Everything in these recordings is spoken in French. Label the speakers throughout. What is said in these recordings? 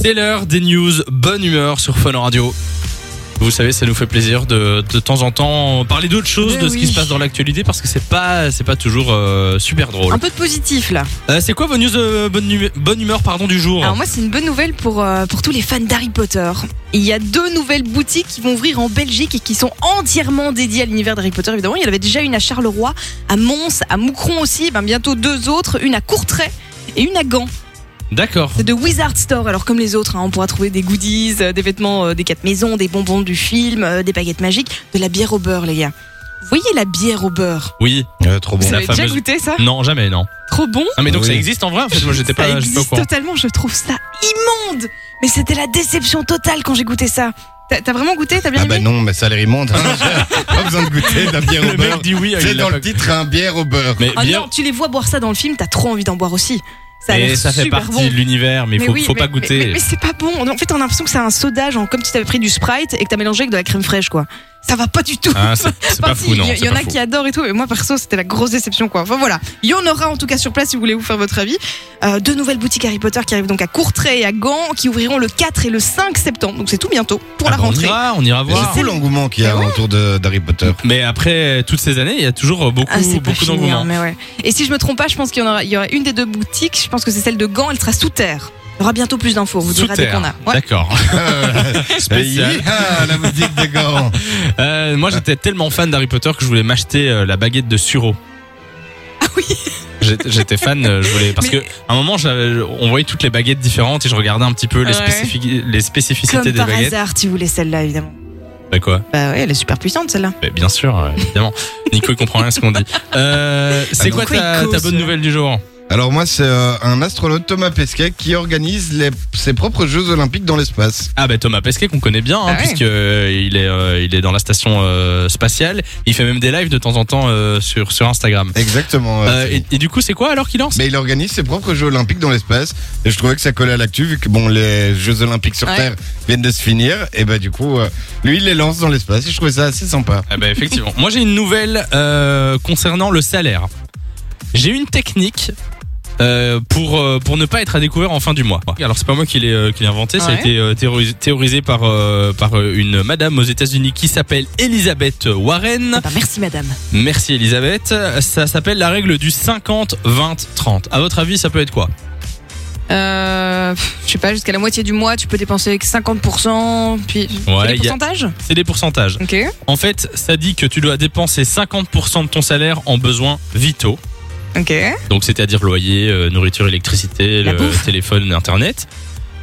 Speaker 1: C'est l'heure des news, bonne humeur sur Fun Radio. Vous savez, ça nous fait plaisir de de temps en temps parler d'autres choses,
Speaker 2: Mais
Speaker 1: de ce qui
Speaker 2: Eh oui.
Speaker 1: se passe dans l'actualité, parce que c'est pas c'est pas toujours euh, super drôle.
Speaker 2: Un peu de positif là.
Speaker 1: Euh, c'est quoi vos news euh, bonne, humeur, bonne humeur pardon du jour
Speaker 2: Ah. Alors moi c'est une bonne nouvelle pour, euh, pour tous les fans d'Harry Potter. Il y a deux nouvelles boutiques qui vont ouvrir en Belgique et qui sont entièrement dédiées à l'univers d'Harry Potter évidemment. Il y en avait déjà une à Charleroi, à Mons, à Moucron aussi, et ben, bientôt deux autres, une à Courtrai et une à Gand.
Speaker 1: D'accord.
Speaker 2: C'est de Wizard Store, alors comme les autres, hein, on pourra trouver des goodies, euh, des vêtements euh, des quatre maisons, des bonbons du film, euh, des baguettes magiques, de la bière au beurre les gars. Vous voyez la bière au beurre
Speaker 1: Oui.
Speaker 3: trop
Speaker 2: Vous
Speaker 1: la
Speaker 2: avez déjà
Speaker 1: fameuse- Mm.
Speaker 2: goûté ça
Speaker 1: Non, jamais, non.
Speaker 2: Trop bon
Speaker 1: Ah mais donc
Speaker 3: Oui.
Speaker 1: ça existe en vrai En fait, moi j'étais
Speaker 2: Ça
Speaker 1: pas, j'étais pas au
Speaker 2: existe
Speaker 1: courant.
Speaker 2: totalement, je trouve ça immonde. Mais c'était la déception totale quand j'ai goûté ça. T'as t'as vraiment goûté T'as bien
Speaker 3: Ah bah
Speaker 2: aimé
Speaker 3: non, mais ça a l'air immonde. hein. pas besoin de goûter de la bière au
Speaker 1: Le mec
Speaker 3: beurre.
Speaker 1: dit oui. ah,
Speaker 3: C'est
Speaker 1: il l'a
Speaker 3: dans
Speaker 1: pas-
Speaker 3: le titre, un bière au beurre.
Speaker 1: Mais
Speaker 2: Ah
Speaker 1: bien-
Speaker 2: non, tu les vois boire ça dans le film, t'as trop envie d'en boire aussi. Ça a
Speaker 1: mais
Speaker 2: l'air
Speaker 1: ça fait
Speaker 2: super
Speaker 1: partie
Speaker 2: bon.
Speaker 1: de l'univers, mais,
Speaker 2: Mais
Speaker 1: faut,
Speaker 2: oui,
Speaker 1: faut pas
Speaker 2: mais-
Speaker 1: goûter.
Speaker 2: Mais, mais c'est pas bon. En fait, on a l'impression que c'est un soda, genre comme si t'avais pris du Sprite et que t'as mélangé avec de la crème fraîche, quoi. Ça va pas du tout.
Speaker 1: Ah, c'est c'est pas
Speaker 2: Parti.
Speaker 1: fou, non.
Speaker 2: Il y-
Speaker 1: c'est
Speaker 2: y, en
Speaker 1: pas
Speaker 2: a
Speaker 1: fou.
Speaker 2: qui adorent et tout. Et moi, perso, c'était la grosse déception, quoi. Enfin, voilà. Il y en aura en tout cas sur place si vous voulez vous faire votre avis. Euh, deux nouvelles boutiques Harry Potter qui arrivent donc à Courtrai et à Gand, qui ouvriront le 4 et le 5 septembre. Donc, c'est tout bientôt pour
Speaker 1: Ah
Speaker 2: la
Speaker 1: bah, on
Speaker 2: rentrée.
Speaker 1: ira, on ira
Speaker 3: Mais
Speaker 1: voir.
Speaker 3: C'est fou l'engouement qu'il y a autour de- d'Harry Potter.
Speaker 1: Mais après euh, toutes ces années, il y a toujours euh, beaucoup,
Speaker 2: Ah, c'est pas
Speaker 1: beaucoup
Speaker 2: fini, hein,
Speaker 1: d'engouement.
Speaker 2: mais ouais. Et si je me trompe pas, je pense qu'il y en aura, il y aura une des deux boutiques. Je pense que c'est celle de Gand. Elle sera sous terre. Il y aura bientôt plus d'infos. On vous
Speaker 1: Sous
Speaker 2: dira dès
Speaker 1: terre.
Speaker 2: qu'on a. Ouais.
Speaker 1: D'accord. Spécial.
Speaker 3: Ah, Spécial. Ah, la musique de Goran.
Speaker 1: Euh, moi, j'étais tellement fan d'Harry Potter que je voulais m'acheter euh, la baguette de Suro.
Speaker 2: Ah oui.
Speaker 1: J'étais j'étais fan, euh, je voulais parce
Speaker 2: Mais-
Speaker 1: que à un moment, j'avais- on voyait toutes les baguettes différentes et je regardais un petit peu les,
Speaker 2: Ouais.
Speaker 1: spécifi- les
Speaker 2: Comme
Speaker 1: spécificités des
Speaker 2: par
Speaker 1: baguettes.
Speaker 2: hasard, tu voulais celle-là, évidemment.
Speaker 1: Bah quoi
Speaker 2: Bah ouais, elle est super puissante, celle-là.
Speaker 1: Bah, Bien sûr, euh, évidemment. Nico, il comprend rien à ce qu'on dit. Euh, C'est
Speaker 3: Ah
Speaker 1: quoi
Speaker 2: Bah non.
Speaker 1: ta,
Speaker 2: Quico,
Speaker 1: ta
Speaker 2: ça.
Speaker 1: bonne nouvelle du jour
Speaker 3: Alors moi, c'est euh, un astronaute Thomas Pesquet qui organise les- ses propres Jeux Olympiques dans l'espace.
Speaker 1: Ah bah Thomas Pesquet qu'on connaît bien hein,
Speaker 2: Ah ouais.
Speaker 1: puisque il est euh, il est dans la station euh, spatiale. Il fait même des lives de temps en temps euh, sur sur Instagram.
Speaker 3: Exactement. ouais,
Speaker 1: Euh,
Speaker 3: c'est
Speaker 1: et, et du coup c'est quoi alors qu'il lance
Speaker 3: Mais il organise ses propres Jeux Olympiques dans l'espace. Et je trouvais que ça collait à l'actu, vu que bon, les Jeux Olympiques sur
Speaker 2: Ouais.
Speaker 3: Terre viennent de se finir. Et bah, du coup, euh, lui, il les lance dans l'espace. Et je trouvais ça assez sympa.
Speaker 1: Ah bah effectivement. Moi j'ai une nouvelle euh, concernant le salaire. J'ai une technique. euh, pour euh, pour ne pas être à découvert en fin du mois. Alors c'est pas moi qui l'ai euh, qui l'ai inventé, ça a
Speaker 2: Ouais.
Speaker 1: été euh, théorisé, théorisé par euh, par euh, une madame aux États-Unis qui s'appelle Elizabeth Warren.
Speaker 2: Ah bah, merci, madame.
Speaker 1: Merci Elisabeth. Ça s'appelle la règle du 50 20 30. À votre avis, ça peut être quoi
Speaker 2: Euh, pff, je sais pas, jusqu'à la moitié du mois, tu peux dépenser avec 50%, puis
Speaker 1: Ouais,
Speaker 2: c'est les
Speaker 1: y a-
Speaker 2: pourcentages
Speaker 1: C'est des pourcentages.
Speaker 2: Ok.
Speaker 1: En fait, ça dit que tu dois dépenser 50% de ton salaire en besoins vitaux.
Speaker 2: Ok.
Speaker 1: Donc, c'est-à-dire loyer, euh, nourriture, électricité,
Speaker 2: La
Speaker 1: le
Speaker 2: bouffe.
Speaker 1: téléphone, internet.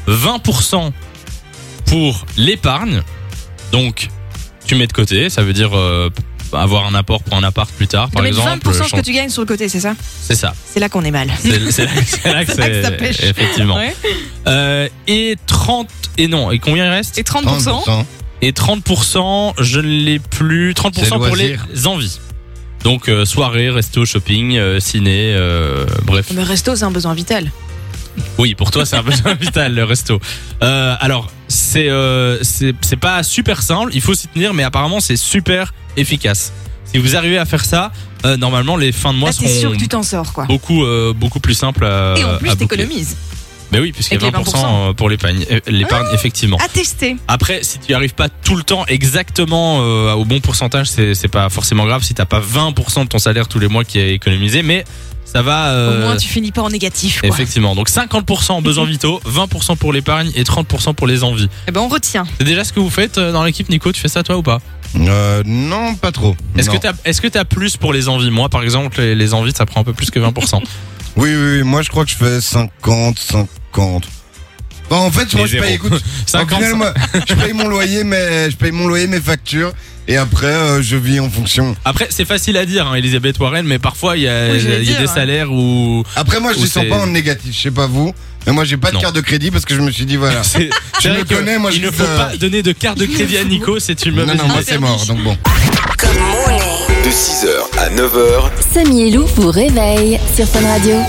Speaker 1: 20% pour l'épargne. Donc, tu mets de côté. Ça veut dire euh, avoir un apport pour un appart plus tard,
Speaker 2: Tu
Speaker 1: par
Speaker 2: mets
Speaker 1: exemple.
Speaker 2: 20% ce
Speaker 1: Chan-
Speaker 2: que tu gagnes sur le côté, c'est ça
Speaker 1: C'est ça.
Speaker 2: C'est là qu'on est mal.
Speaker 1: C'est c'est là, c'est là que
Speaker 2: C'est là que ça pêche.
Speaker 1: c'est. Effectivement.
Speaker 2: Ouais.
Speaker 1: Euh, et 30. Et non, et combien il reste
Speaker 2: Et 30%
Speaker 1: Et 30%, je ne l'ai plus. 30%
Speaker 3: C'est
Speaker 1: pour les
Speaker 3: loisirs.
Speaker 1: envies. Donc euh, soirée, resto, shopping, euh, ciné, euh, bref.
Speaker 2: Le resto, c'est un besoin vital.
Speaker 1: Oui, pour toi c'est un besoin vital le resto. Euh, alors c'est euh, c'est c'est pas super simple, il faut s'y tenir, mais apparemment c'est super efficace. Si vous arrivez à faire ça, euh, normalement les fins de mois
Speaker 2: Là, Ah, t'es sûr
Speaker 1: seront
Speaker 2: que tu t'en sors, quoi.
Speaker 1: beaucoup euh, beaucoup plus simples à.
Speaker 2: Et en
Speaker 1: à
Speaker 2: plus,
Speaker 1: boucler.
Speaker 2: t'économises.
Speaker 1: Mais oui, puisqu'il y a
Speaker 2: Avec les
Speaker 1: 20% pour l'épargne, euh, l'épargne
Speaker 2: Ah.
Speaker 1: effectivement.
Speaker 2: À tester.
Speaker 1: Après, si tu n'y arrives pas tout le temps exactement euh, au bon pourcentage, c'est c'est pas forcément grave si t'as pas 20% de ton salaire tous les mois qui est économisé, mais ça va. euh,
Speaker 2: Au moins, tu finis pas en négatif, quoi.
Speaker 1: Effectivement, donc 50% en besoins vitaux, 20% pour l'épargne et 30% pour les envies.
Speaker 2: Eh ben, on retient.
Speaker 1: C'est déjà ce que vous faites euh, dans l'équipe, Nico Tu fais ça toi ou pas
Speaker 3: Euh, non, pas trop.
Speaker 1: Est-ce
Speaker 3: Non.
Speaker 1: que t'as est-ce que t'as plus pour les envies Moi, par exemple, les, les envies, ça prend un peu plus que 20%.
Speaker 3: Oui, oui, oui, moi je crois que je fais 50, 50. Bon, en fait, moi
Speaker 1: Et
Speaker 3: je
Speaker 1: zéro.
Speaker 3: paye, écoute, en
Speaker 1: 50,
Speaker 3: final, moi, je paye mon loyer, mais je paye mon loyer, mes factures, et après euh, je vis en fonction.
Speaker 1: Après, c'est facile à dire, hein, Elisabeth Warren, mais parfois il y a,
Speaker 2: Oui, j'allais
Speaker 1: il y a
Speaker 2: dire,
Speaker 1: des
Speaker 2: hein.
Speaker 1: salaires où
Speaker 3: Après, moi je
Speaker 1: Ou
Speaker 3: les sens
Speaker 1: c'est-
Speaker 3: pas en négatif, je sais pas vous, mais moi j'ai pas de
Speaker 1: Non.
Speaker 3: carte de crédit parce que je me suis dit voilà.
Speaker 1: C'est-
Speaker 3: Je
Speaker 1: c'est
Speaker 3: me
Speaker 1: vrai que
Speaker 3: connais, moi,
Speaker 1: Il
Speaker 3: je
Speaker 1: ne
Speaker 3: dis
Speaker 1: faut
Speaker 3: ça.
Speaker 1: pas donner de carte de
Speaker 2: Il ne
Speaker 1: crédit à
Speaker 2: faut-
Speaker 1: Nico, c'est une
Speaker 3: Non,
Speaker 1: mauvaise
Speaker 3: non, moi
Speaker 1: idée.
Speaker 3: c'est mort, donc bon.
Speaker 4: De 6h à 9h,
Speaker 5: Samy et Lou vous réveille sur Fun Radio.